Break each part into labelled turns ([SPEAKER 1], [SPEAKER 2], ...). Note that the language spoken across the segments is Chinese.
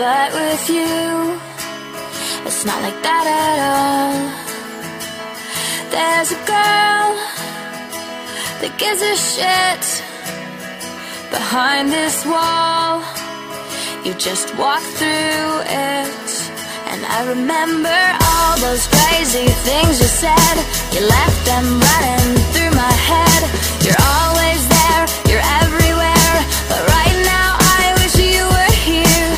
[SPEAKER 1] but with you, it's not like that at all. There's a girl that gives a shit behind this wall. You just walk through it. And I remember all those crazy things you said. You left them running through my head. You're always there, you're everywhere. But right now, I wish you were here.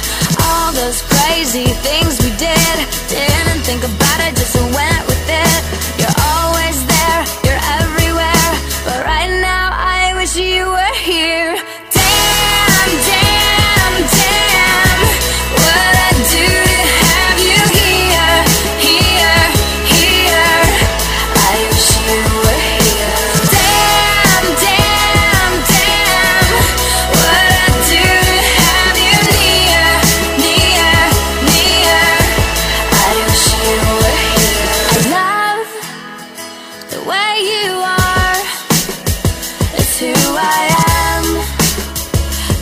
[SPEAKER 1] All those crazy things we did. Didn't think about it, just went with it. You're always there, you're everywhere. But right now, I wish you were here. Damn, damn, damn. What I do to have you here, here, here. I wish you were here. Damn, damn, damn. What I do to have you near, near, near. I wish you were here. I love the way you are. It's who I am.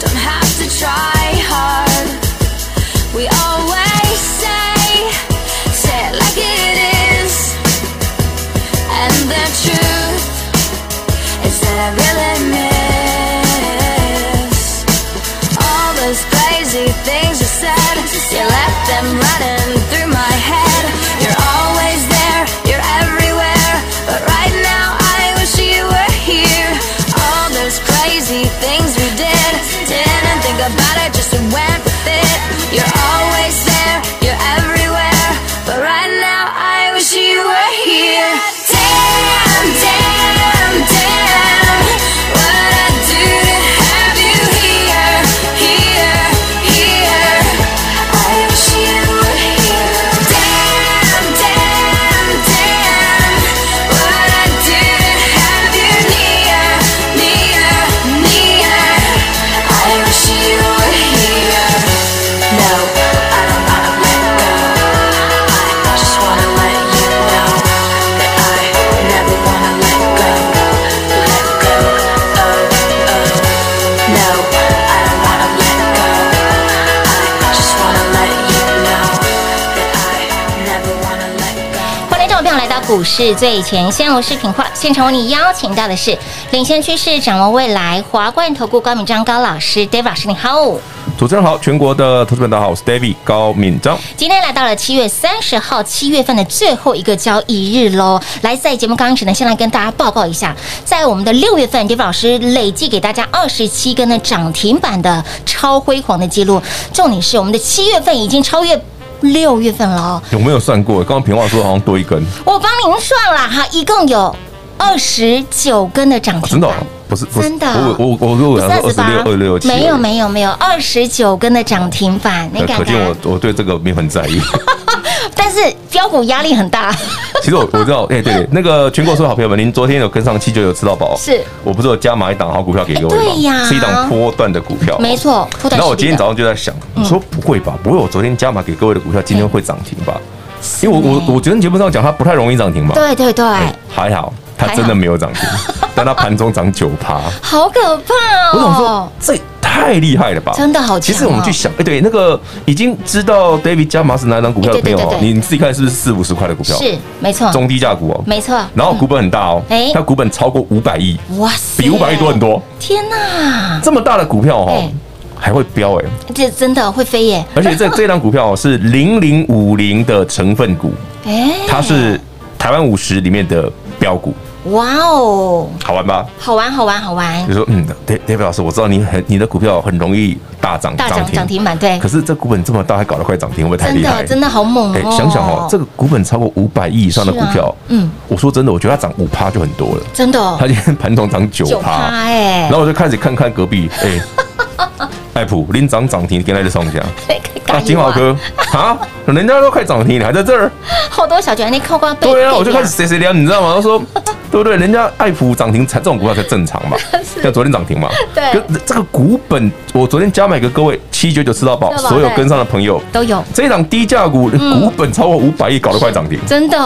[SPEAKER 1] Don't have to try hard. We always say, say it like it is. And the truth is that I really miss all those crazy things you said. You left them running through my head. You're always there, you're everywhere. But right now, I wish you were here. All those crazy things we did. Didn't think about it, just went with it. You're always there, you're everywhere. But right now, I wish you were here. Damn, damn, damn. What I do to have you here, here, here. I wish you were here. Damn, damn, damn. What I do to have you near, near, near. I wish you were here. No, I don't wanna let go. I just wanna let you know that I never wanna let go. Let go, oh, oh. No, I don't wanna let go. I just wanna let you know that I never wanna let go.
[SPEAKER 2] 欢迎听众朋友来到股市最前线，我是品化。现场为你邀请到的是领先趋势、掌握未来华冠投顾高敏章高老师，David 老师，你好。
[SPEAKER 3] 主持人好，全国的投资们大家好，我是 David 高敏章。
[SPEAKER 2] 今天来到了七月三十号，七月份的最后一个交易日喽。来，在节目刚开始呢，先来跟大家报告一下，在我们的六月份，David 老师累计给大家二十七根的涨停板的超辉煌的记录。重点是我们的七月份已经超越六月份了哦。
[SPEAKER 3] 有没有算过？刚刚平话说好像多一根，
[SPEAKER 2] 我帮您算了哈，一共有二十九根的涨
[SPEAKER 3] 哦
[SPEAKER 2] 停
[SPEAKER 3] 真的哦
[SPEAKER 2] 板。
[SPEAKER 3] 不是不是，
[SPEAKER 2] 真的哦
[SPEAKER 3] 我我我我我想说二十六二六七，
[SPEAKER 2] 没有没有没有，二十九根的涨停板，你
[SPEAKER 3] 呃。
[SPEAKER 2] 敢
[SPEAKER 3] 可
[SPEAKER 2] 不
[SPEAKER 3] 见
[SPEAKER 2] 敢？
[SPEAKER 3] 我我对这个没有很在意。
[SPEAKER 2] 但是标股压力很大，
[SPEAKER 3] 其实我我知道，哎、对，那个全国所有好朋友们，您昨天有跟上七九有吃到饱，
[SPEAKER 2] 是
[SPEAKER 3] 我不是有加码一档好股票给各位
[SPEAKER 2] 哎
[SPEAKER 3] 吗？
[SPEAKER 2] 对呀
[SPEAKER 3] 是一档波段的股票，
[SPEAKER 2] 没。错，铺
[SPEAKER 3] 然
[SPEAKER 2] 短
[SPEAKER 3] 后我
[SPEAKER 2] 实
[SPEAKER 3] 今
[SPEAKER 2] 力
[SPEAKER 3] 天
[SPEAKER 2] 的
[SPEAKER 3] 早上就在想，
[SPEAKER 2] 嗯
[SPEAKER 3] 我说不会吧？不会，我昨天加码给各位的股票今天会涨停吧？因为我我我昨天节目上讲它不太容易涨停吧？
[SPEAKER 2] 对对对，
[SPEAKER 3] 哎还好，它真的没有涨停， 但它盘中涨九趴。
[SPEAKER 2] 好可怕
[SPEAKER 3] 我想说
[SPEAKER 2] 哦，，
[SPEAKER 3] 这也太厉害了吧？
[SPEAKER 2] 真的好强哦
[SPEAKER 3] 其实我们去想，哎，对，那个已经知道 David 加码是哪一张股票的朋友
[SPEAKER 2] 哎对对对，
[SPEAKER 3] 哦
[SPEAKER 2] 对
[SPEAKER 3] 你你自己看是不是四五十块的股票？
[SPEAKER 2] 是没错，
[SPEAKER 3] 中低价股哦。
[SPEAKER 2] 没错，
[SPEAKER 3] 然后股本很大哦
[SPEAKER 2] 哎，
[SPEAKER 3] 它股本超过五百亿，
[SPEAKER 2] 哇塞，
[SPEAKER 3] 比五百亿多很，多。
[SPEAKER 2] 天哪，
[SPEAKER 3] 这么大的股票哦
[SPEAKER 2] 哎，
[SPEAKER 3] 还会飙哎！
[SPEAKER 2] 这真的会飞耶，
[SPEAKER 3] 而且 这这档股票哦是零零五零的成分股，
[SPEAKER 2] 哎，
[SPEAKER 3] 它是台湾五十里面的标股，
[SPEAKER 2] 哇哦，
[SPEAKER 3] 好玩吧？
[SPEAKER 2] 好玩好玩好玩
[SPEAKER 3] 就，说嗯，Da-，David 老师，我知道你很你的股票很容易大涨
[SPEAKER 2] 大涨涨停板对
[SPEAKER 3] 可，是这股本这么大，还搞得快涨停，会不会太
[SPEAKER 2] 真
[SPEAKER 3] 厉害？
[SPEAKER 2] 的真的好猛
[SPEAKER 3] 哎
[SPEAKER 2] 哦，
[SPEAKER 3] 想想哦，这个股本超过五百亿以上的
[SPEAKER 2] 是
[SPEAKER 3] 股
[SPEAKER 2] 啊
[SPEAKER 3] 票，
[SPEAKER 2] 嗯，
[SPEAKER 3] 我说真的，我觉得它涨五趴就很多了。
[SPEAKER 2] 真的哦
[SPEAKER 3] 它今天盘中涨九
[SPEAKER 2] 9%
[SPEAKER 3] 趴，
[SPEAKER 2] 哎
[SPEAKER 3] 然后我就开始看看隔壁，哎，艾普林涨涨停，跟在这上下，
[SPEAKER 2] 对，打
[SPEAKER 3] 啊，金
[SPEAKER 2] 我
[SPEAKER 3] 豪 科啊，人家都快涨停，你还在这儿？
[SPEAKER 2] 好多小姐那扣瓜被
[SPEAKER 3] 对啊，我就
[SPEAKER 2] 被
[SPEAKER 3] 开始谁谁聊，你知 道吗？他说，对不对？人家爱普涨停才这种股票才正常 嘛，像昨天涨停嘛。
[SPEAKER 2] 对
[SPEAKER 3] 可这个股本，我昨天加买给各位七九九吃到饱，
[SPEAKER 2] 吃到饱
[SPEAKER 3] 所有
[SPEAKER 2] 对
[SPEAKER 3] 跟上的朋友，
[SPEAKER 2] 都有，
[SPEAKER 3] 这一档低价股
[SPEAKER 2] 嗯
[SPEAKER 3] 股本超过五百亿，搞得快涨停。
[SPEAKER 2] 真的，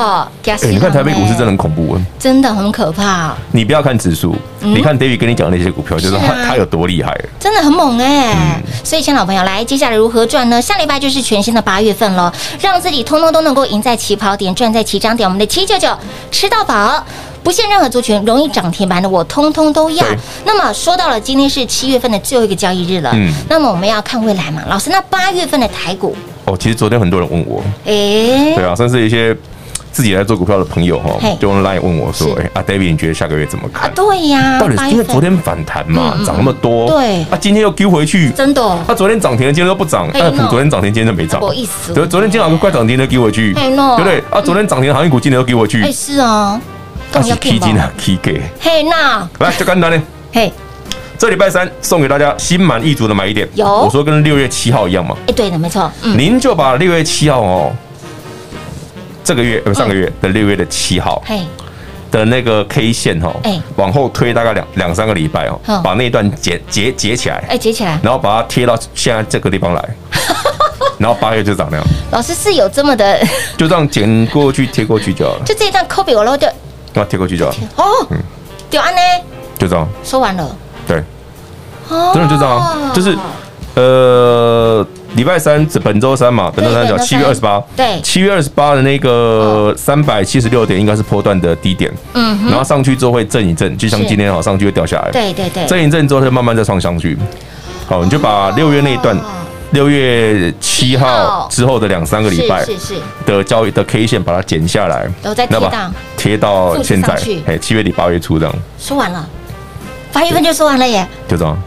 [SPEAKER 2] 哎
[SPEAKER 3] 哎，你看台北股市真的很恐怖，啊
[SPEAKER 2] 真的很可怕，
[SPEAKER 3] 你不要看指数，你看 David 跟你讲的那些股票，就是
[SPEAKER 2] 嗯是
[SPEAKER 3] 它
[SPEAKER 2] 啊
[SPEAKER 3] 它有多厉害。
[SPEAKER 2] 真的很猛哎、
[SPEAKER 3] 嗯
[SPEAKER 2] 所以，亲爱的老朋友，来，接下来如何赚呢？下礼拜就是全新的八月份了，让自己通通都能够赢在起跑点，赚在起涨点。我们的七九九吃到饱。不限任何族群，容易涨停板的我通通都要
[SPEAKER 3] 对。
[SPEAKER 2] 那么说到了今天是七月份的最后一个交易日了，
[SPEAKER 3] 嗯
[SPEAKER 2] 那么我们要看未来嘛，老师，那八月份的台股，哎
[SPEAKER 3] 哦，其实昨天很多人问我，
[SPEAKER 2] 诶，
[SPEAKER 3] 对啊，甚至一些自己来做股票的朋友哈
[SPEAKER 2] 嘿，
[SPEAKER 3] 就用 Line 问我说：“
[SPEAKER 2] 是
[SPEAKER 3] 哎，啊，David，你觉得下个月怎么看
[SPEAKER 2] 啊，？”对呀、
[SPEAKER 3] 到底
[SPEAKER 2] 八
[SPEAKER 3] 是
[SPEAKER 2] 月
[SPEAKER 3] 因为
[SPEAKER 2] 份
[SPEAKER 3] 昨天反弹嘛
[SPEAKER 2] 嗯嗯，
[SPEAKER 3] 涨那么多，
[SPEAKER 2] 对
[SPEAKER 3] 啊，今天又丢回去，
[SPEAKER 2] 真的哦
[SPEAKER 3] 啊，昨天涨停了，今天都不涨，
[SPEAKER 2] 哎
[SPEAKER 3] 爱普
[SPEAKER 2] 喏
[SPEAKER 3] 昨天涨停，今天就没涨，
[SPEAKER 2] 不好意思
[SPEAKER 3] 对，昨天今天好像快涨停的丢回去，
[SPEAKER 2] 哎
[SPEAKER 3] 对
[SPEAKER 2] 喏
[SPEAKER 3] 不对？啊，昨天涨停的航运股今天都丢回去
[SPEAKER 2] 哎、，是哦，
[SPEAKER 3] 啊，是 K 金
[SPEAKER 2] 了，
[SPEAKER 3] 啊，K 给，
[SPEAKER 2] 嘿那
[SPEAKER 3] 来，就简单呢。
[SPEAKER 2] 嘿，
[SPEAKER 3] 这礼拜三送给大家心满意足的买点，
[SPEAKER 2] 有
[SPEAKER 3] 我说跟六月七号一样嘛，
[SPEAKER 2] 哎对的，没错，嗯，
[SPEAKER 3] 您就把六月七号哦，这个月呃上个
[SPEAKER 2] 嗯
[SPEAKER 3] 月的六月的七号
[SPEAKER 2] 嘿，
[SPEAKER 3] 的那个 K 线哦
[SPEAKER 2] 哎，
[SPEAKER 3] 往后推大概两两三个礼拜哦
[SPEAKER 2] 嗯，
[SPEAKER 3] 把那段截截截起来，
[SPEAKER 2] 哎截起来，
[SPEAKER 3] 然后把它贴到现在这个地方来， 然后八月就长那样，
[SPEAKER 2] 老师是有这么的，
[SPEAKER 3] 就这样剪过去贴过去就好了，
[SPEAKER 2] 就这一段 copy 我漏掉，
[SPEAKER 3] 那贴过去就好了，
[SPEAKER 2] 哦，就安呢，
[SPEAKER 3] 就这样，
[SPEAKER 2] 说完了，
[SPEAKER 3] 对，
[SPEAKER 2] 哦
[SPEAKER 3] 真的就这样啊，就是呃，礼拜三，这本周三嘛，本周三
[SPEAKER 2] 对
[SPEAKER 3] 讲
[SPEAKER 2] 本周
[SPEAKER 3] 七月二十八，
[SPEAKER 2] 对哦
[SPEAKER 3] 七月二十八的那个三百七十六点应该是波段的低点，
[SPEAKER 2] 嗯哼
[SPEAKER 3] 然后上去之后会震一震，就像
[SPEAKER 2] 是
[SPEAKER 3] 今天好上去会掉下来，
[SPEAKER 2] 对对对，
[SPEAKER 3] 震一震之后它就慢慢再上上去，好，你就把六月那一段
[SPEAKER 2] 哦。
[SPEAKER 3] 六月七号
[SPEAKER 2] 号
[SPEAKER 3] 之后的两三个礼拜，
[SPEAKER 2] 是是是，
[SPEAKER 3] 的交易的 K 线把它剪下来，
[SPEAKER 2] 然后哦再贴
[SPEAKER 3] 那把
[SPEAKER 2] 到
[SPEAKER 3] 贴到
[SPEAKER 2] 复制
[SPEAKER 3] 现在
[SPEAKER 2] 上去，
[SPEAKER 3] 哎，七月底八月初这样，
[SPEAKER 2] 说完了，八月份就说完了耶
[SPEAKER 3] 就这样。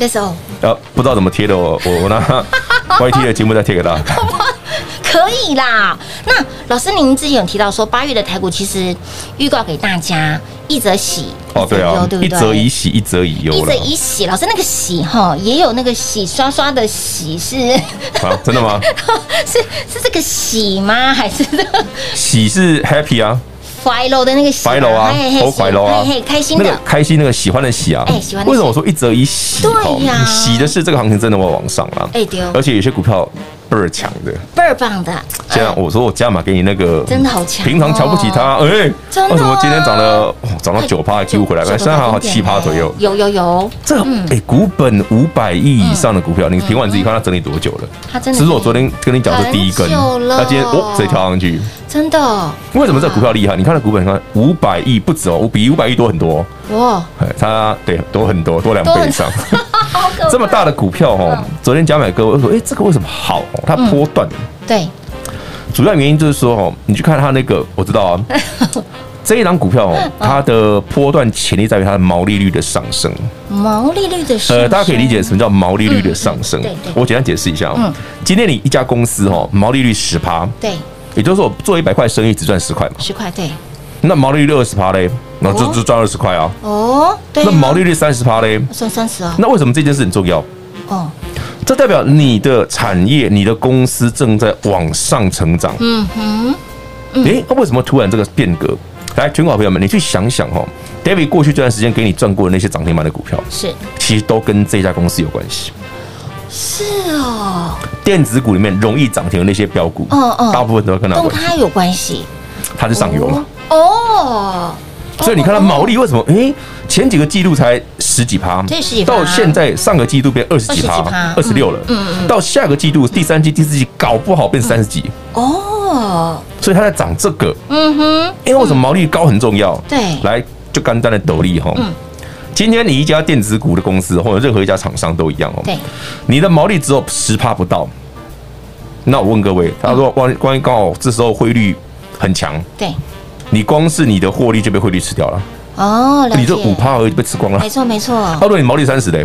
[SPEAKER 2] ，Let's go，
[SPEAKER 3] 呃，不知道怎么贴的，我我 我拿 YT 的节目再贴给大家看。
[SPEAKER 2] 可以啦。那老师您之前有提到说，八月的台股其实预告给大家一则喜，
[SPEAKER 3] 哦，对啊
[SPEAKER 2] 一则忧，对不
[SPEAKER 3] 一
[SPEAKER 2] 对？
[SPEAKER 3] 则以喜，一则以忧
[SPEAKER 2] 一
[SPEAKER 3] 了
[SPEAKER 2] 则。以喜，老师那个喜哈，也有那个洗刷刷的洗是
[SPEAKER 3] 啊，真的吗？
[SPEAKER 2] 是是这个喜吗？还是这个
[SPEAKER 3] 喜是 happy 啊，
[SPEAKER 2] 怀楼的那个喜吗？
[SPEAKER 3] 怀柔啊
[SPEAKER 2] 嘿嘿，
[SPEAKER 3] 哦，怀柔啊
[SPEAKER 2] 嘿嘿，开，心
[SPEAKER 3] 那
[SPEAKER 2] 的
[SPEAKER 3] 个开心，那个喜欢的喜啊。
[SPEAKER 2] 哎喜欢的喜
[SPEAKER 3] 为什么我说一则以喜？
[SPEAKER 2] 对
[SPEAKER 3] 哦
[SPEAKER 2] 呀
[SPEAKER 3] 喜的是这个行情真的会往上啊。
[SPEAKER 2] 哎对哦
[SPEAKER 3] 而且有些股票倍儿强的，
[SPEAKER 2] 倍儿棒的，
[SPEAKER 3] 现在我说我加码给你那个，
[SPEAKER 2] 哎真的好强哦
[SPEAKER 3] 平常瞧不起它，哎，
[SPEAKER 2] 真的啊哎
[SPEAKER 3] 为什么今天涨了哦涨到九趴，几乎回来，
[SPEAKER 2] 九
[SPEAKER 3] 现在还好七趴左右。
[SPEAKER 2] 有有有，
[SPEAKER 3] 这个
[SPEAKER 2] 嗯
[SPEAKER 3] 哎，股本五百亿以上的股票，你平完自己看它整理多久了？
[SPEAKER 2] 它嗯真
[SPEAKER 3] 只
[SPEAKER 2] 的
[SPEAKER 3] 是我昨天跟你讲是第一根，
[SPEAKER 2] 很久了
[SPEAKER 3] 那今天哦直接跳上去。
[SPEAKER 2] 真的哦
[SPEAKER 3] 为什么这个股票厉害？你看它股本，你看五百亿不止哦，比五百亿多很多哦。
[SPEAKER 2] 哇，
[SPEAKER 3] 哎它对多很多，多两倍以上。
[SPEAKER 2] 好可怕嗯
[SPEAKER 3] 这么大的股票哦，昨天加买哥我说，哎，这个为什么好哦？它波段，
[SPEAKER 2] 对
[SPEAKER 3] 主要原因就是说哦，你去看它那个，我知道啊， 这一档股票
[SPEAKER 2] 嗯
[SPEAKER 3] 哦，它的波段潜力在于它的毛利率的上升。
[SPEAKER 2] 毛利率的上
[SPEAKER 3] 呃，
[SPEAKER 2] 升
[SPEAKER 3] 大家可以理解什么叫毛利率的上升
[SPEAKER 2] 嗯嗯对对。
[SPEAKER 3] 我简单解释一下哦
[SPEAKER 2] 嗯，
[SPEAKER 3] 今天你一家公司哦，毛利率十趴，
[SPEAKER 2] 对
[SPEAKER 3] 也就是说我做一百块生意只赚十块嘛。
[SPEAKER 2] 十块对
[SPEAKER 3] 那毛利率二十趴嘞，那就
[SPEAKER 2] 哦
[SPEAKER 3] 就赚二十块啊。
[SPEAKER 2] 哦，对啊，
[SPEAKER 3] 那毛利率三十趴嘞，
[SPEAKER 2] 算三十哦，
[SPEAKER 3] 那为什么这件事很重要？
[SPEAKER 2] 哦，
[SPEAKER 3] 这代表你的产业、你的公司正在往上成长。
[SPEAKER 2] 嗯哼，嗯
[SPEAKER 3] 诶，那为什么突然这个变革？来，全国好朋友们，你去想想哦，David 过去这段时间给你赚过的那些涨停板的股票，
[SPEAKER 2] 是
[SPEAKER 3] 其实都跟这家公司有关系。
[SPEAKER 2] 是哦，
[SPEAKER 3] 电子股里面容易涨停的那些标股，
[SPEAKER 2] 嗯嗯
[SPEAKER 3] 大部分都跟它有
[SPEAKER 2] 跟
[SPEAKER 3] 关系，
[SPEAKER 2] 它有关系
[SPEAKER 3] 它是上游嘛。
[SPEAKER 2] 哦，
[SPEAKER 3] 所以你看它毛利为什么？诶，前几个季度才十几趴，
[SPEAKER 2] 对10几趴
[SPEAKER 3] 到现在上个季度变二十几趴，
[SPEAKER 2] 20
[SPEAKER 3] 二
[SPEAKER 2] 几
[SPEAKER 3] 十六了。
[SPEAKER 2] 嗯嗯嗯
[SPEAKER 3] 到下个季度第三季、第四季搞不好变三十几，
[SPEAKER 2] 哦，
[SPEAKER 3] 所以它在涨这个。
[SPEAKER 2] 嗯哼，
[SPEAKER 3] 因为为什么毛利率高很重要？
[SPEAKER 2] 对嗯
[SPEAKER 3] 来就简单的斗例哈。今天你一家电子股的公司或者任何一家厂商都一样哦。
[SPEAKER 2] 对，
[SPEAKER 3] 你的毛利只有十趴不到。那我问各位，他
[SPEAKER 2] 嗯
[SPEAKER 3] 说关关于刚好这时候汇率很强，
[SPEAKER 2] 对，
[SPEAKER 3] 你光是你的获利就被汇率吃掉了，
[SPEAKER 2] 哦，了解
[SPEAKER 3] 你这五趴而已被吃光了
[SPEAKER 2] 没。错没错，
[SPEAKER 3] 他说你毛利三十嘞，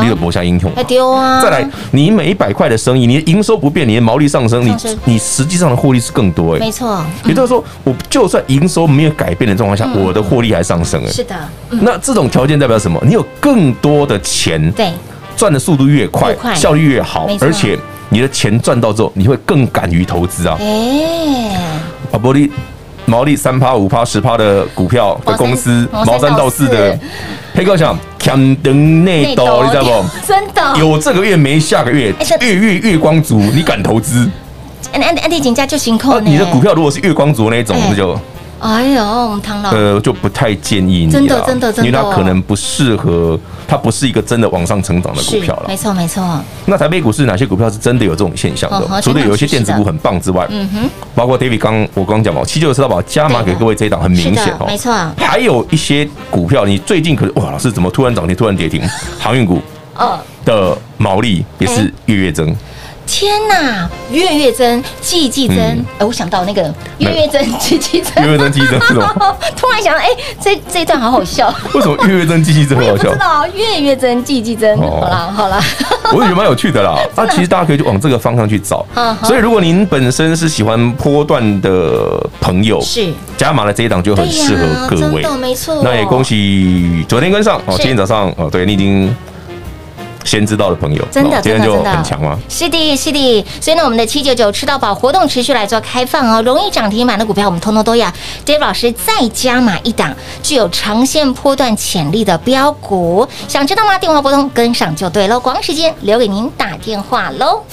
[SPEAKER 3] 你的博下英雄嘛
[SPEAKER 2] 要。丢啊，
[SPEAKER 3] 再来，你每一百块的生意，你的营收不变，你的毛利上升，你
[SPEAKER 2] 上升
[SPEAKER 3] 你实际上的获利是更多哎。
[SPEAKER 2] 没错，
[SPEAKER 3] 也就是说，我就算营收没有改变的状况下，我的获利还上升哎。
[SPEAKER 2] 嗯是的，
[SPEAKER 3] 那这种条件代表什么？你有更多的钱，
[SPEAKER 2] 对，
[SPEAKER 3] 赚的速度越快
[SPEAKER 2] 越，快
[SPEAKER 3] 效率越好
[SPEAKER 2] 没，错
[SPEAKER 3] 而且你的钱赚到之后，你会更敢于投资啊。
[SPEAKER 2] 哎，
[SPEAKER 3] 啊，玻璃毛利三趴、五趴、十趴的股票的公司，
[SPEAKER 2] 毛
[SPEAKER 3] 毛
[SPEAKER 2] 三
[SPEAKER 3] 三
[SPEAKER 2] 到
[SPEAKER 3] 到
[SPEAKER 2] 四
[SPEAKER 3] 四的，黑哥想强登内斗，你知道不？
[SPEAKER 2] 真的，
[SPEAKER 3] 有这个月没下个月
[SPEAKER 2] 哦哎这，
[SPEAKER 3] 月月月光族，你敢投资？
[SPEAKER 2] 安安安迪金价就行哦
[SPEAKER 3] 啊
[SPEAKER 2] 控呢。
[SPEAKER 3] 你的股，票如果是月光族那一种，
[SPEAKER 2] 哎
[SPEAKER 3] 那就
[SPEAKER 2] 哎呦，我们唐老，
[SPEAKER 3] 呃就不太建议
[SPEAKER 2] 嗯
[SPEAKER 3] 你了，
[SPEAKER 2] 真的真的真的
[SPEAKER 3] 因为它可能不适合，它不是一个真的往上成长的股票了
[SPEAKER 2] 没。错没错，
[SPEAKER 3] 那台北股市哪些股票是真的有这种现象
[SPEAKER 2] 哦好
[SPEAKER 3] 的？除了有一些电子股很棒之外，
[SPEAKER 2] 嗯哼，啊
[SPEAKER 3] 包括 David 刚我刚讲嘛，七九车道宝加码给各位这一档很明显
[SPEAKER 2] 是的
[SPEAKER 3] 哦，
[SPEAKER 2] 没错
[SPEAKER 3] 还有一些股票，你最近可能哇，老师怎么突然涨停，突然跌 停？航运股
[SPEAKER 2] 哦，
[SPEAKER 3] 的毛利也
[SPEAKER 2] 哎
[SPEAKER 3] 是月月增，
[SPEAKER 2] 天哪，月月增，季季增，
[SPEAKER 3] 嗯
[SPEAKER 2] 哎，我想到那个月月增，季季增。
[SPEAKER 3] 月月增、季季增是什么？
[SPEAKER 2] 突然想到，哎、这这一段好好笑，
[SPEAKER 3] 为什么月月增、季季增
[SPEAKER 2] 我
[SPEAKER 3] 很
[SPEAKER 2] 也
[SPEAKER 3] 好
[SPEAKER 2] 不
[SPEAKER 3] 笑
[SPEAKER 2] 知？道，月月增，季季增，
[SPEAKER 3] 哦
[SPEAKER 2] 好啦 好啦，
[SPEAKER 3] 我也觉得蛮有趣 的啦。那其实大家可以就往这个方向去找
[SPEAKER 2] 嗯。哼
[SPEAKER 3] 所以如果您本身是喜欢波段的朋友，
[SPEAKER 2] 是
[SPEAKER 3] 加码了这一档就很适合各
[SPEAKER 2] 真
[SPEAKER 3] 位。
[SPEAKER 2] 的没错，
[SPEAKER 3] 那也恭，喜昨天跟上哦，
[SPEAKER 2] 是
[SPEAKER 3] 今天早上哦，对你已经先知道的朋友，
[SPEAKER 2] 真的
[SPEAKER 3] 哦今
[SPEAKER 2] 真
[SPEAKER 3] 天
[SPEAKER 2] 的
[SPEAKER 3] 就
[SPEAKER 2] 真的
[SPEAKER 3] 很强嘛。
[SPEAKER 2] 是的，是的，所以呢，我们的七九九吃到饱活动持续来做开放哦，容易涨停板的股票我们通通都要。Dave 老师再加码一档具有长线波段潜力的标股，想知道吗？电话拨通跟上就对喽，光时间留给您打电话喽。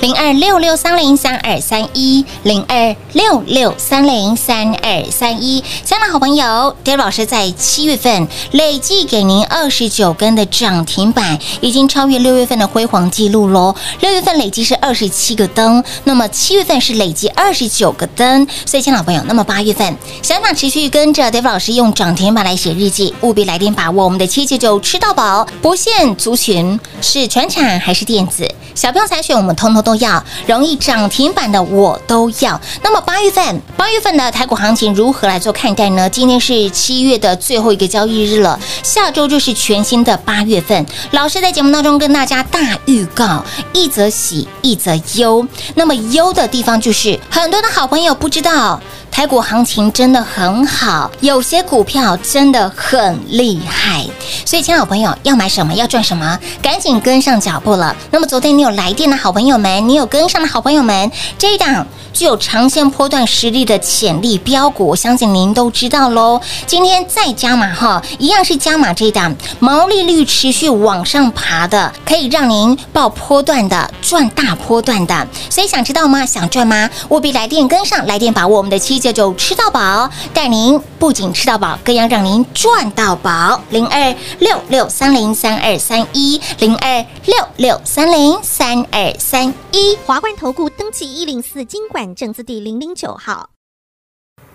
[SPEAKER 2] 零二六六三零三二三一，零二六六三零三二三一。亲爱的好朋友 d a v 老师在七月份累计给您二十九根的涨停板，已经超越六月份的辉煌记录喽。六月份累计是二十七个灯，那么七月份是累计二十九个灯。所以，亲爱的朋友，那么八月份想想持续跟着 d a v 老师用涨停板来写日记，务必来电把握我们的七九九吃到饱，不限族群是全产还是电子。小票彩选我们通通都要，容易涨停板的我都要。那么八月份，八月份的台股行情如何来做看待呢？今天是七月的最后一个交易日了，下周就是全新的八月份。老师在节目当中跟大家大预告，一则喜，一则忧。那么忧的地方就是很多的好朋友不知道。台股行情真的很好，有些股票真的很厉害，所以，亲爱的好朋友，要买什么，要赚什么，赶紧跟上脚步了。那么，昨天你有来电的好朋友们，你有跟上的好朋友们，这一档具有长线波段实力的潜力标股，我相信您都知道喽。今天再加码哈，一样是加码这一档，毛利率持续往上爬的，可以让您爆波段的，赚大波段的。所以，想知道吗？想赚吗？务必来电跟上，来电把握我们的七九九吃到饱，带您不仅吃到饱，更要让您赚到宝。零二六六三零三二三一，零二六六三零三二三一。
[SPEAKER 4] 华冠投顾登记一零四经管证字第零零九号。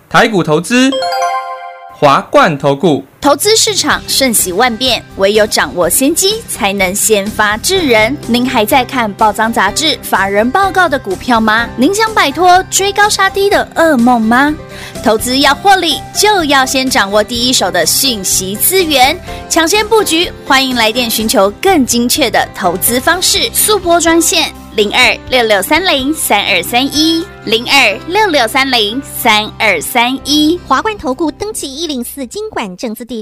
[SPEAKER 5] 台股投资，华冠投顾。
[SPEAKER 6] 投资市场瞬息万变，唯有掌握先机，才能先发制人。您还在看报章杂志、法人报告的股票吗？您想摆脱追高杀低的噩梦吗？投资要获利，就要先掌握第一手的讯息资源，抢先布局。欢迎来电寻求更精确的投资方式，速播专线零二六六三零三二三一零二六六三零三二三一。
[SPEAKER 4] 华冠投顾登记一零四经管证字第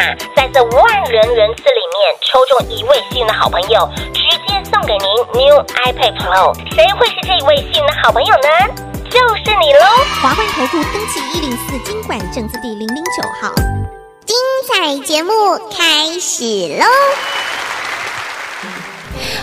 [SPEAKER 7] 在这万人人次里面抽中一位幸运的好朋友，直接送给您 New iPad Pro，谁会是这一位幸运的好朋友呢？就是你喽！
[SPEAKER 4] 华冠投顾登记一零四经管证字第零零九号。精彩节目开始喽！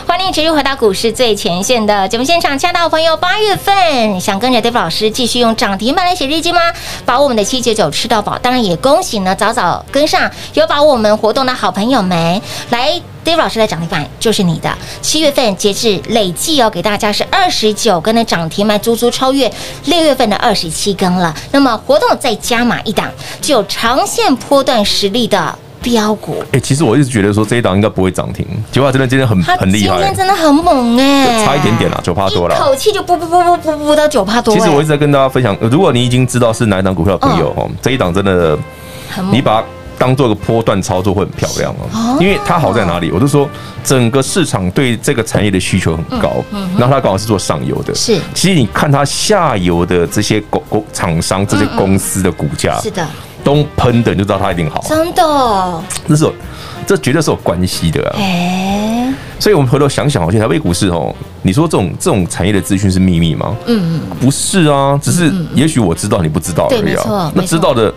[SPEAKER 2] 欢迎持续回到股市最前线的节目现场，亲爱的好朋友，八月份想跟着 Dave 老师继续用涨停板来写日记吗？把我们的七九九吃到饱，当然也恭喜呢，早早跟上有把握我们活动的好朋友们来。Dave 老师的涨停板就是你的，七月份截至累计哦，给大家是二十九根的涨停板，足足超越六月份的二十七根了。那么活动再加码一档，具有长线波段实力的标股，
[SPEAKER 3] 哎、其实我一直觉得说这一档应该不会涨停，结果它真的今天很
[SPEAKER 2] 它
[SPEAKER 3] 很
[SPEAKER 2] 今
[SPEAKER 3] 厉害
[SPEAKER 2] 天，真的很猛哎、
[SPEAKER 3] 对差一点点啦9%多啦
[SPEAKER 2] 一口气就噗噗噗噗噗噗到九趴多、
[SPEAKER 3] 其实我一
[SPEAKER 2] 哎
[SPEAKER 3] 直在跟大家分享，呃如果你已经知道是哪一档股票的朋友
[SPEAKER 2] 嗯
[SPEAKER 3] 哦，这一档真的
[SPEAKER 2] 很猛
[SPEAKER 3] 你把它当做个波段操作会很漂亮
[SPEAKER 2] 哦
[SPEAKER 3] 哦，因为它好在哪里？我就说整个市场对这个产业的需求很高，然后它刚好是做上游的，
[SPEAKER 2] 嗯是
[SPEAKER 3] 其实你看它下游的这些公公厂商、这些公司的股价
[SPEAKER 2] 是的，
[SPEAKER 3] 都喷的，你就知道它一定好，啊
[SPEAKER 2] 真的哦
[SPEAKER 3] 这是有这绝对是有关系的啊。
[SPEAKER 2] 哎、
[SPEAKER 3] 所以我们回头想想哦，其实台北股市哦，你说这种这种产业的资讯是秘密吗？
[SPEAKER 2] 嗯，
[SPEAKER 3] 不是啊，只是也许我知道你不知道
[SPEAKER 2] 对
[SPEAKER 3] 而已
[SPEAKER 2] 没错
[SPEAKER 3] 啊。那
[SPEAKER 2] 没错
[SPEAKER 3] 知道的，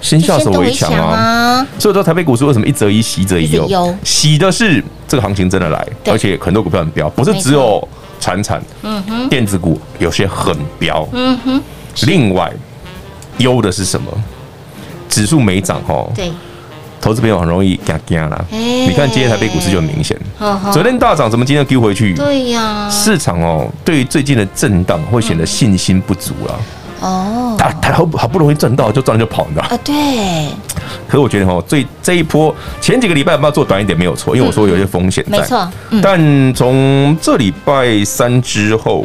[SPEAKER 3] 先下手为强啊。
[SPEAKER 2] 啊，
[SPEAKER 3] 所以说台北股市为什么一则一喜，一则一
[SPEAKER 2] 一则一忧
[SPEAKER 3] 忧？喜的是这个行情真的来，
[SPEAKER 2] 对
[SPEAKER 3] 而且很多股票很飙，不是只有产产，
[SPEAKER 2] 嗯哼，
[SPEAKER 3] 电子股有些很飙。
[SPEAKER 2] 嗯哼，
[SPEAKER 3] 另外，忧的是什么？指数没涨哦，
[SPEAKER 2] 对，
[SPEAKER 3] 投资朋友很容易嘎嘎啦。
[SPEAKER 2] 哎
[SPEAKER 3] 你看今天台北股市就很明显，
[SPEAKER 2] 呵呵
[SPEAKER 3] 昨天大涨，怎么今天丢回去？
[SPEAKER 2] 对啊呀、
[SPEAKER 3] 市场哦，对于最近的震荡会显得信心不足啦。
[SPEAKER 2] 哦，
[SPEAKER 3] 他他好好不容易赚到，就赚就跑，你知道？
[SPEAKER 2] 啊，对，
[SPEAKER 3] 可我觉得哈，最这一波前几个礼拜我们要做短一点没有错，因为我说有些风险在。
[SPEAKER 2] 没错，嗯，
[SPEAKER 3] 但从这礼拜三之后，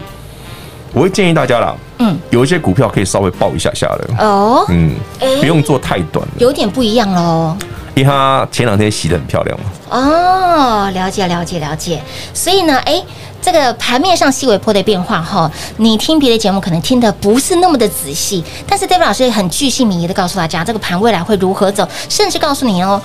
[SPEAKER 3] 我会建议大家啦，
[SPEAKER 2] 嗯，
[SPEAKER 3] 有一些股票可以稍微抱一下下的，
[SPEAKER 2] 哦，
[SPEAKER 3] 嗯，
[SPEAKER 2] 哎
[SPEAKER 3] 不用做太短了，
[SPEAKER 2] 有点不一样喽。
[SPEAKER 3] 因为它前两天洗的很漂亮嘛。
[SPEAKER 2] 哦，了解了解了解。所以呢，哎，这个盘面上细微波的变化哈，你听别的节目可能听的不是那么的仔细，但是 David 老师也很具细迷的告诉大家，这个盘未来会如何走，甚至告诉你哦，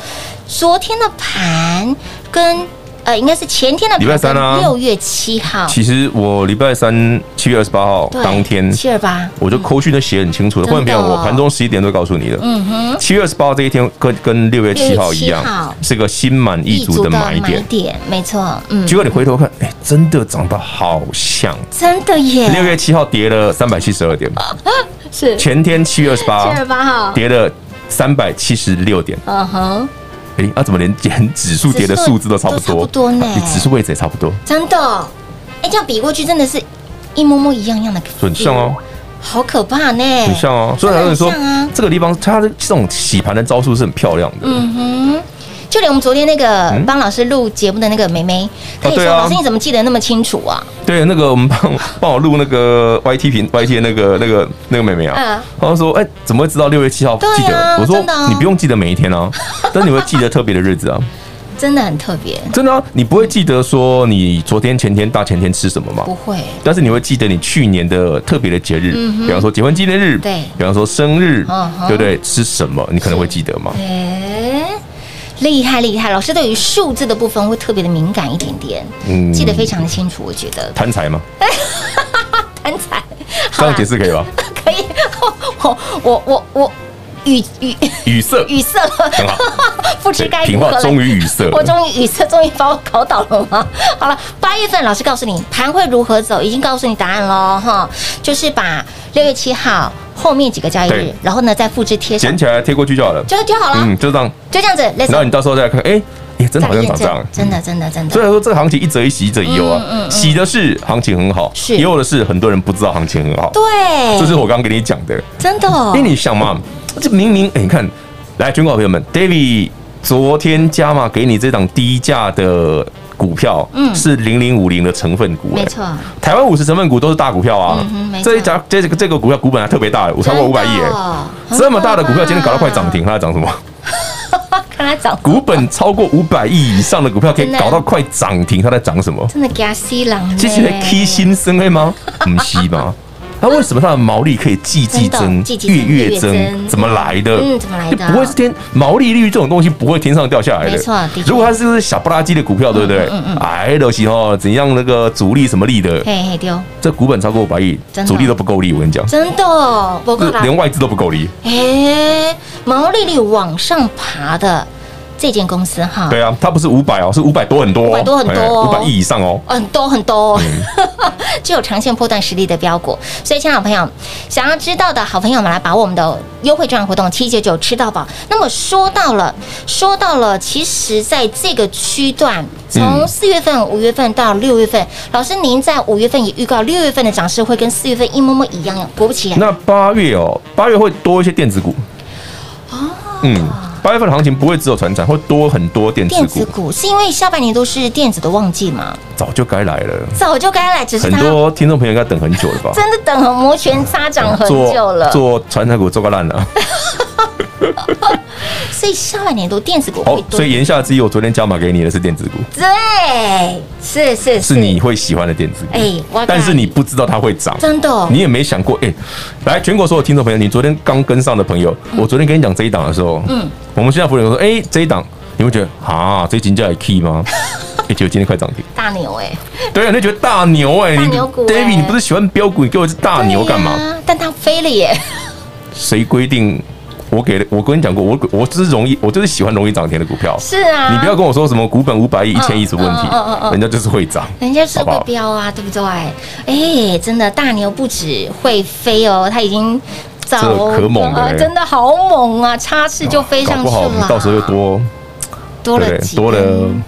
[SPEAKER 2] 昨天的盘跟呃应该是前天的
[SPEAKER 3] 礼拜三啊
[SPEAKER 2] 六月七号，
[SPEAKER 3] 其实我礼拜三七月二十八号
[SPEAKER 2] 啊对
[SPEAKER 3] 当天，
[SPEAKER 2] 七二八，
[SPEAKER 3] 我就扣讯都写很清楚了，
[SPEAKER 2] 真的
[SPEAKER 3] 观众朋友，
[SPEAKER 2] 哦
[SPEAKER 3] 我盘中十一点都告诉你了。
[SPEAKER 2] 嗯哼，
[SPEAKER 3] 七月二十八号这一天跟跟六月七号一
[SPEAKER 2] 6月7号
[SPEAKER 3] 样，是个心满意足的买点。
[SPEAKER 2] 点，没错，嗯
[SPEAKER 3] 结，果你回头看，哎、真的长得好像。
[SPEAKER 2] 真的耶，
[SPEAKER 3] 六月七号跌了三百七十二点，
[SPEAKER 2] 哎 是七
[SPEAKER 3] 前天七月二十八
[SPEAKER 2] 二八号，
[SPEAKER 3] 跌了三百七十六点。
[SPEAKER 2] 嗯哼，
[SPEAKER 3] 哎、啊，怎么连连指数跌的数字都差不
[SPEAKER 2] 都差不
[SPEAKER 3] 多？
[SPEAKER 2] 多呢
[SPEAKER 3] 啊你指数位置也差不多，
[SPEAKER 2] 真的，哎，这样比过去真的是一模模一样样的感觉，
[SPEAKER 3] 很像哦，
[SPEAKER 2] 好可怕呢，
[SPEAKER 3] 很像哦。所以很多人说
[SPEAKER 2] 真哎的很像啊，
[SPEAKER 3] 这个地方它的这种洗盘的招数是很漂亮的。
[SPEAKER 2] 嗯哼。就连我们昨天那个
[SPEAKER 3] 嗯
[SPEAKER 2] 帮老师录节目的那个梅梅，她也说：“
[SPEAKER 3] 对啊
[SPEAKER 2] 老师你怎么记得那么清楚啊
[SPEAKER 3] 对，那个我们帮帮我录那个 YT 频 YT 的那个那个那个妹妹
[SPEAKER 2] 嗯
[SPEAKER 3] 啊，然后说，哎、怎么会知道六月七号
[SPEAKER 2] 对啊
[SPEAKER 3] 记得？我说
[SPEAKER 2] 真的啊
[SPEAKER 3] 你不用记得每一天啊，但是你会记得特别的日子啊，？”
[SPEAKER 2] 真的很特别，
[SPEAKER 3] 真的啊，你不会记得说你昨天、前天、大前天吃什么嘛
[SPEAKER 2] 不？会
[SPEAKER 3] 但是你会记得你去年的特别的节日，比方说结婚纪念日，
[SPEAKER 2] 嗯对
[SPEAKER 3] 比方说生日，
[SPEAKER 2] 嗯哼
[SPEAKER 3] 对不对？吃什么你可能会记得嘛？
[SPEAKER 2] 哎，厉害厉害！老师对于数字的部分会特别的敏感一点点，
[SPEAKER 3] 嗯
[SPEAKER 2] 记得非常的清楚，我觉得
[SPEAKER 3] 贪财嘛，
[SPEAKER 2] 贪财。
[SPEAKER 3] 这样解释可以 吧？
[SPEAKER 2] 可以，我我我我语语
[SPEAKER 3] 语塞，
[SPEAKER 2] 语塞了，
[SPEAKER 3] 很好，
[SPEAKER 2] 不知该
[SPEAKER 3] 品
[SPEAKER 2] 如何
[SPEAKER 3] 话
[SPEAKER 2] 了。
[SPEAKER 3] 终于语塞
[SPEAKER 2] 我
[SPEAKER 3] 了。
[SPEAKER 2] 终于语塞，终于把我搞倒了吗？好了，八月份老师告诉你盘会如何走，已经告诉你答案喽哈，就是把六月七号后面几个交易日
[SPEAKER 3] 对，
[SPEAKER 2] 然后呢再复制贴上
[SPEAKER 3] 捡，起来贴过去就好了。
[SPEAKER 2] 就就好了，
[SPEAKER 3] 嗯，就这样。
[SPEAKER 2] 就这样子。Let's
[SPEAKER 3] 然后你到时候再看，哎、也真的好像长这样。
[SPEAKER 2] 真的真的真
[SPEAKER 3] 虽
[SPEAKER 2] 的，
[SPEAKER 3] 然说这个行情一折一喜一折一忧啊，
[SPEAKER 2] 嗯嗯嗯
[SPEAKER 3] 喜的是行情很好，
[SPEAKER 2] 是
[SPEAKER 3] 也有的是很多人不知道行情很好，
[SPEAKER 2] 对，
[SPEAKER 3] 这是我刚刚跟你讲的。
[SPEAKER 2] 真的哦
[SPEAKER 3] 因为，哎你想嘛，这明明哎、你看，来全国好朋友们，David 昨天加码给你这档低价的股票，
[SPEAKER 2] 嗯
[SPEAKER 3] 是零零五零的成分股、哎
[SPEAKER 2] 没错，
[SPEAKER 3] 台湾五十成分股都是大股票啊
[SPEAKER 2] 嗯哼没，错
[SPEAKER 3] 这一家这个这个股票股本还特别大，我超过五百亿
[SPEAKER 2] 真的
[SPEAKER 3] 哎，
[SPEAKER 2] 哦
[SPEAKER 3] 这么大的股票今天搞到快涨，停，它在涨什么？
[SPEAKER 2] 很可怕看它涨，
[SPEAKER 3] 股本超过五百亿以上的股票可以搞到快涨停，它在涨什么？
[SPEAKER 2] 真的给它吸狼呢，
[SPEAKER 3] 这是在 K 新生的吗？ 不是吧？那为什么它的毛利可以季季增
[SPEAKER 2] 真的季、季增
[SPEAKER 3] 月月
[SPEAKER 2] 月月
[SPEAKER 3] 增
[SPEAKER 2] 增？
[SPEAKER 3] 怎么来的？
[SPEAKER 2] 嗯怎么来的
[SPEAKER 3] 不会是天毛利率这种东西不会天上掉下来的。
[SPEAKER 2] 没错的确嗯
[SPEAKER 3] 如果它是小不拉几的股票，对不对？哎，都行哦，怎样那个主力什么力的，
[SPEAKER 2] 嘿嘿丢，
[SPEAKER 3] 这股本超过五百亿
[SPEAKER 2] 真，的
[SPEAKER 3] 主力都不够力。我跟你讲，
[SPEAKER 2] 真的哦，我
[SPEAKER 3] 这连外资都不够力。
[SPEAKER 2] 哎，毛利率往上爬的，这间公司哈，
[SPEAKER 3] 对啊，它不是五百哦，是五百多很多、
[SPEAKER 2] 500多很多哦
[SPEAKER 3] 五百亿以上哦。
[SPEAKER 2] 很多很多、哦，
[SPEAKER 3] 嗯
[SPEAKER 2] 具有长线波段实力的标股。所以，亲爱的朋友，想要知道的好朋友们来把握我们的优惠券活动七九九吃到饱。那么说到了，说到了，其实在这个区段，从
[SPEAKER 3] 嗯
[SPEAKER 2] 四月份、五月份到六月份，老师您在五月份也预告，六月份的涨势会跟四月份一模模一样，果不其然，
[SPEAKER 3] 那八月哦，八月会多一些电子股。
[SPEAKER 2] 啊
[SPEAKER 3] 嗯，八月份的行情不会只有船产，会多很多电子
[SPEAKER 2] 电
[SPEAKER 3] 股
[SPEAKER 2] 子，股是因为下半年都是电子的旺季嘛，
[SPEAKER 3] 早就该来了。
[SPEAKER 2] 早就该来，只是
[SPEAKER 3] 很
[SPEAKER 2] 它
[SPEAKER 3] 多听众朋友应该等很久了吧？哦
[SPEAKER 2] 真的等很摩拳擦掌很久了，
[SPEAKER 3] 做做传产股做个烂了。
[SPEAKER 2] 所以下半年都电子股
[SPEAKER 3] 好
[SPEAKER 2] 会，多
[SPEAKER 3] 哦所以言下之意，我昨天加码给你的是电子股，
[SPEAKER 2] 对，是是
[SPEAKER 3] 是你会喜欢的电子股。
[SPEAKER 2] 哎我
[SPEAKER 3] 但是你不知道它会涨，
[SPEAKER 2] 真的哦
[SPEAKER 3] 你也没想过。哎，来，全国所有听众朋友，你昨天刚跟上的朋友，
[SPEAKER 2] 嗯
[SPEAKER 3] 我昨天跟你讲这一档的时候，嗯，我们现在服务员说，哎，这一档，你会觉得啊，这金价也 key 吗？哎，结果今天快涨停。
[SPEAKER 2] 大牛哎、
[SPEAKER 3] 对啊，你就觉得大牛哎，
[SPEAKER 2] 大
[SPEAKER 3] 你
[SPEAKER 2] 牛股哎
[SPEAKER 3] David，你不是喜欢标啊股，你给我一只大牛干嘛
[SPEAKER 2] 对？啊呀但它飞了耶，
[SPEAKER 3] 谁规定？我给的，我跟你讲过，我我就是容易，我就是喜欢容易涨停的股票。
[SPEAKER 2] 是啊，
[SPEAKER 3] 你不要跟我说什么股本五百亿、一千亿是问题
[SPEAKER 2] 嗯嗯嗯，
[SPEAKER 3] 人家就是会涨，
[SPEAKER 2] 人家是
[SPEAKER 3] 好不
[SPEAKER 2] 会
[SPEAKER 3] 好？
[SPEAKER 2] 飙啊，对不对？哎，真的大牛不止会飞哦，它已经早
[SPEAKER 3] 这可猛了哎
[SPEAKER 2] 真的好猛啊，插翅就飞
[SPEAKER 3] 搞
[SPEAKER 2] 上去
[SPEAKER 3] 不好我们
[SPEAKER 2] 了，
[SPEAKER 3] 到时候又多
[SPEAKER 2] 多
[SPEAKER 3] 对
[SPEAKER 2] 了
[SPEAKER 3] 不对
[SPEAKER 2] 几
[SPEAKER 3] 多了
[SPEAKER 2] 根。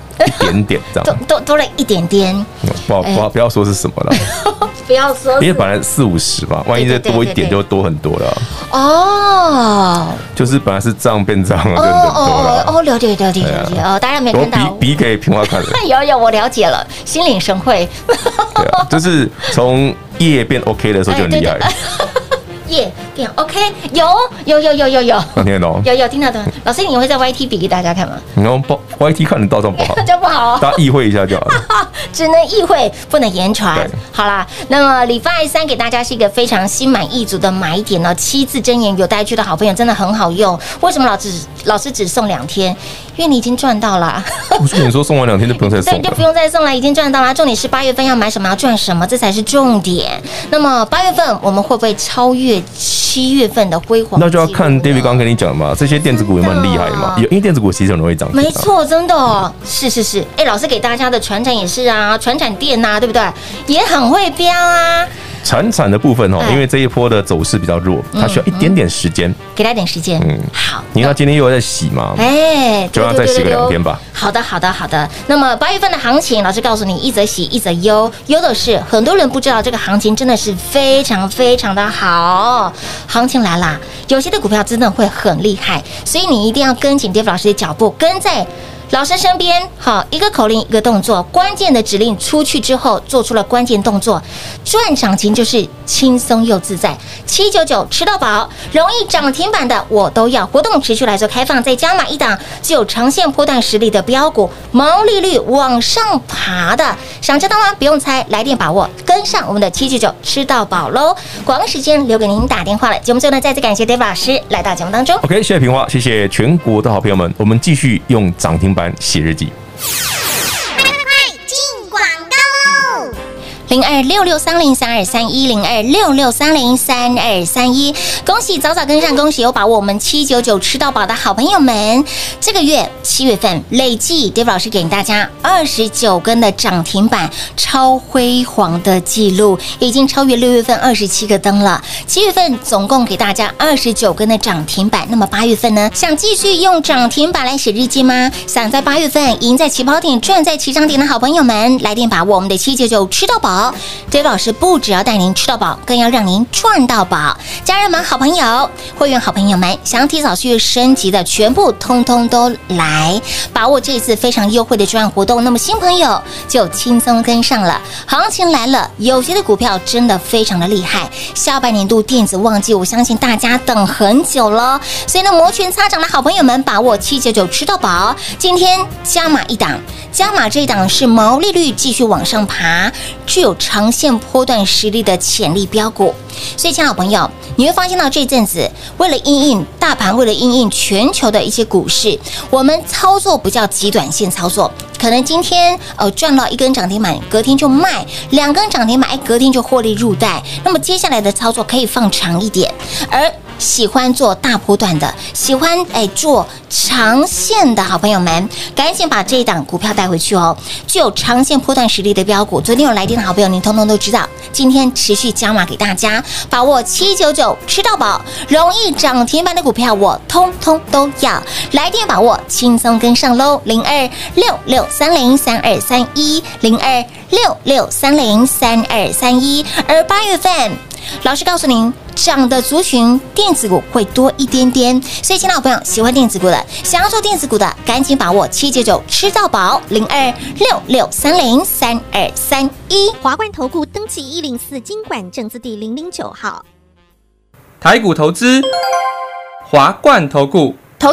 [SPEAKER 3] 一点点这
[SPEAKER 2] 多
[SPEAKER 3] 样，
[SPEAKER 2] 多多了一点点，
[SPEAKER 3] 嗯不好
[SPEAKER 2] 哎
[SPEAKER 3] 不好不要说是什么了，
[SPEAKER 2] 不要说
[SPEAKER 3] 因为
[SPEAKER 2] 是
[SPEAKER 3] 本来四五十吧，万一再
[SPEAKER 2] 对对对
[SPEAKER 3] 多一点
[SPEAKER 2] 对对
[SPEAKER 3] 就多很多了，
[SPEAKER 2] 哦
[SPEAKER 3] 就是本来是这样变这样了，
[SPEAKER 2] 哦
[SPEAKER 3] 就很多
[SPEAKER 2] 哦哦
[SPEAKER 3] 了。
[SPEAKER 2] 哦，了解了解
[SPEAKER 3] 哎呀
[SPEAKER 2] 了解哦，大家没
[SPEAKER 3] 我
[SPEAKER 2] 看到，
[SPEAKER 3] 比比给平花看的，
[SPEAKER 2] 有有我了解了，心领神会，
[SPEAKER 3] 对啊， 就是从夜变 OK 的时候就很厉害
[SPEAKER 2] 哎，耶变 OK，有有有有有 有。
[SPEAKER 3] 那听得懂？
[SPEAKER 2] 哎有有听到的，老师，你会在 YT 比给大家看吗？，
[SPEAKER 3] 你用不 YT 看得到这样不好
[SPEAKER 2] 这不好哦，
[SPEAKER 3] 大家意会一 下就好了。
[SPEAKER 2] 只能意会，不能言传
[SPEAKER 3] 对。
[SPEAKER 2] 好啦，那么礼拜三给大家是一个非常心满意足的买点呢、七字真言有带去的好朋友真的很好用。为什么老师老师只送两天？因为你已经赚到了啊，
[SPEAKER 3] 我说你说送完两天就不用再
[SPEAKER 2] 对，
[SPEAKER 3] 送
[SPEAKER 2] 就不
[SPEAKER 3] 了，
[SPEAKER 2] 用再送了，已经赚到了。重点是八月份要买什么，要赚什么，这才是重点。那么八月份我们会不会超越七月份的辉煌？
[SPEAKER 3] 那就要看 David 刚。刚跟你讲的嘛，这些电子股有没有很厉害嘛？
[SPEAKER 2] 真的
[SPEAKER 3] 有，因为电子股其实很容易涨停啊。
[SPEAKER 2] 啊没错，真的、哦，是是是，哎，老师给大家的船产也是啊，船产店呐、啊，对不对？也很会标啊，
[SPEAKER 3] 产产的部分哦
[SPEAKER 2] 哎，嗯
[SPEAKER 3] 因为这一波的走势比较弱，它需要一点点时间。
[SPEAKER 2] 给他点时间。
[SPEAKER 3] 嗯
[SPEAKER 2] 好，
[SPEAKER 3] 你看它今天又在洗嘛，
[SPEAKER 2] 哎，
[SPEAKER 3] 就让它再洗个两天吧
[SPEAKER 2] 对。对对对对好的，好的，好的。那么八月份的行情，老师告诉你，一则喜，一则忧。忧的是，很多人不知道这个行情真的是非常非常的好。行情来啦，有些的股票真的会很厉害，所以你一定要跟紧 Dave 老师的脚步，跟在。老师身边，好一个口令一个动作，关键的指令出去之后，做出了关键动作，赚涨停就是轻松又自在。七九九吃到饱，容易涨停板的我都要。活动持续来做开放，再加码一档具有长线波段实力的标股，毛利率往上爬的，想知道吗？不用猜，来电把握，跟上我们的七九九吃到饱喽。广告时间留给您打电话了。节目最后呢，再次感谢 David 老师来到节目当中。
[SPEAKER 3] OK，谢谢平花，谢谢全国的好朋友们，我们继续用涨停板写日记。
[SPEAKER 2] 零二六六三零三二三一零二六六三零三二三一。恭喜早早跟上，恭喜有把握我们七九九吃到饱的好朋友们。这个月七月份累计 d a v 老师给大家二十九根的涨停板，超辉煌的记录，已经超越六月份二十七个灯了。七月份总共给大家二十九根的涨停板，那么八月份呢？想继续用涨停板来写日记吗？想在八月份赢在起跑点、赚在起涨点的好朋友们，来电把握我们的七九九吃到饱。David 老师不只要带您吃到饱，更要让您赚到饱。家人们、好朋友、会员好朋友们，想提早去升级的，全部通通都来，把握这次非常优惠的专案活动。那么新朋友就轻松跟上了，行情来了，有些的股票真的非常的厉害。下半年度电子旺季，我相信大家等很久了，所以呢，摩拳擦掌的好朋友们，把握七九九吃到饱。今天加码一档，加码这一档是毛利率继续往上爬，具有长线波段实力的潜力标股。所以，亲爱的朋友，你会发现到这阵子，为了因应大盘，为了因应全球的一些股市，我们操作不叫极短线操作，可能今天呃赚了一根涨停板，隔天就卖；两根涨停板，哎，隔天就获利入袋。那么接下来的操作可以放长一点，而喜欢做大波段的，喜欢哎做长线的好朋友们，赶紧把这一档股票带回去哦。具有长线波段实力的标股，昨天有来电的好朋友，您通通都知道。今天持续加码给大家，把握七九九吃到饱，容易涨停板的股票，我通通都要。来电把握，轻松跟上喽，零二六六三零三二三一零二六六三零三二三一。而八月份。老师告诉您，涨的族群电子股会多一点点，所以，亲爱的朋友，喜欢电子股的，想要做电子股的，赶紧把握七九九吃到饱零二六六三零三二三一。
[SPEAKER 4] 华冠投顾登记一零四经管证字第零零九号。
[SPEAKER 5] 台股投资，华冠投顾。
[SPEAKER 6] 投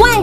[SPEAKER 2] 万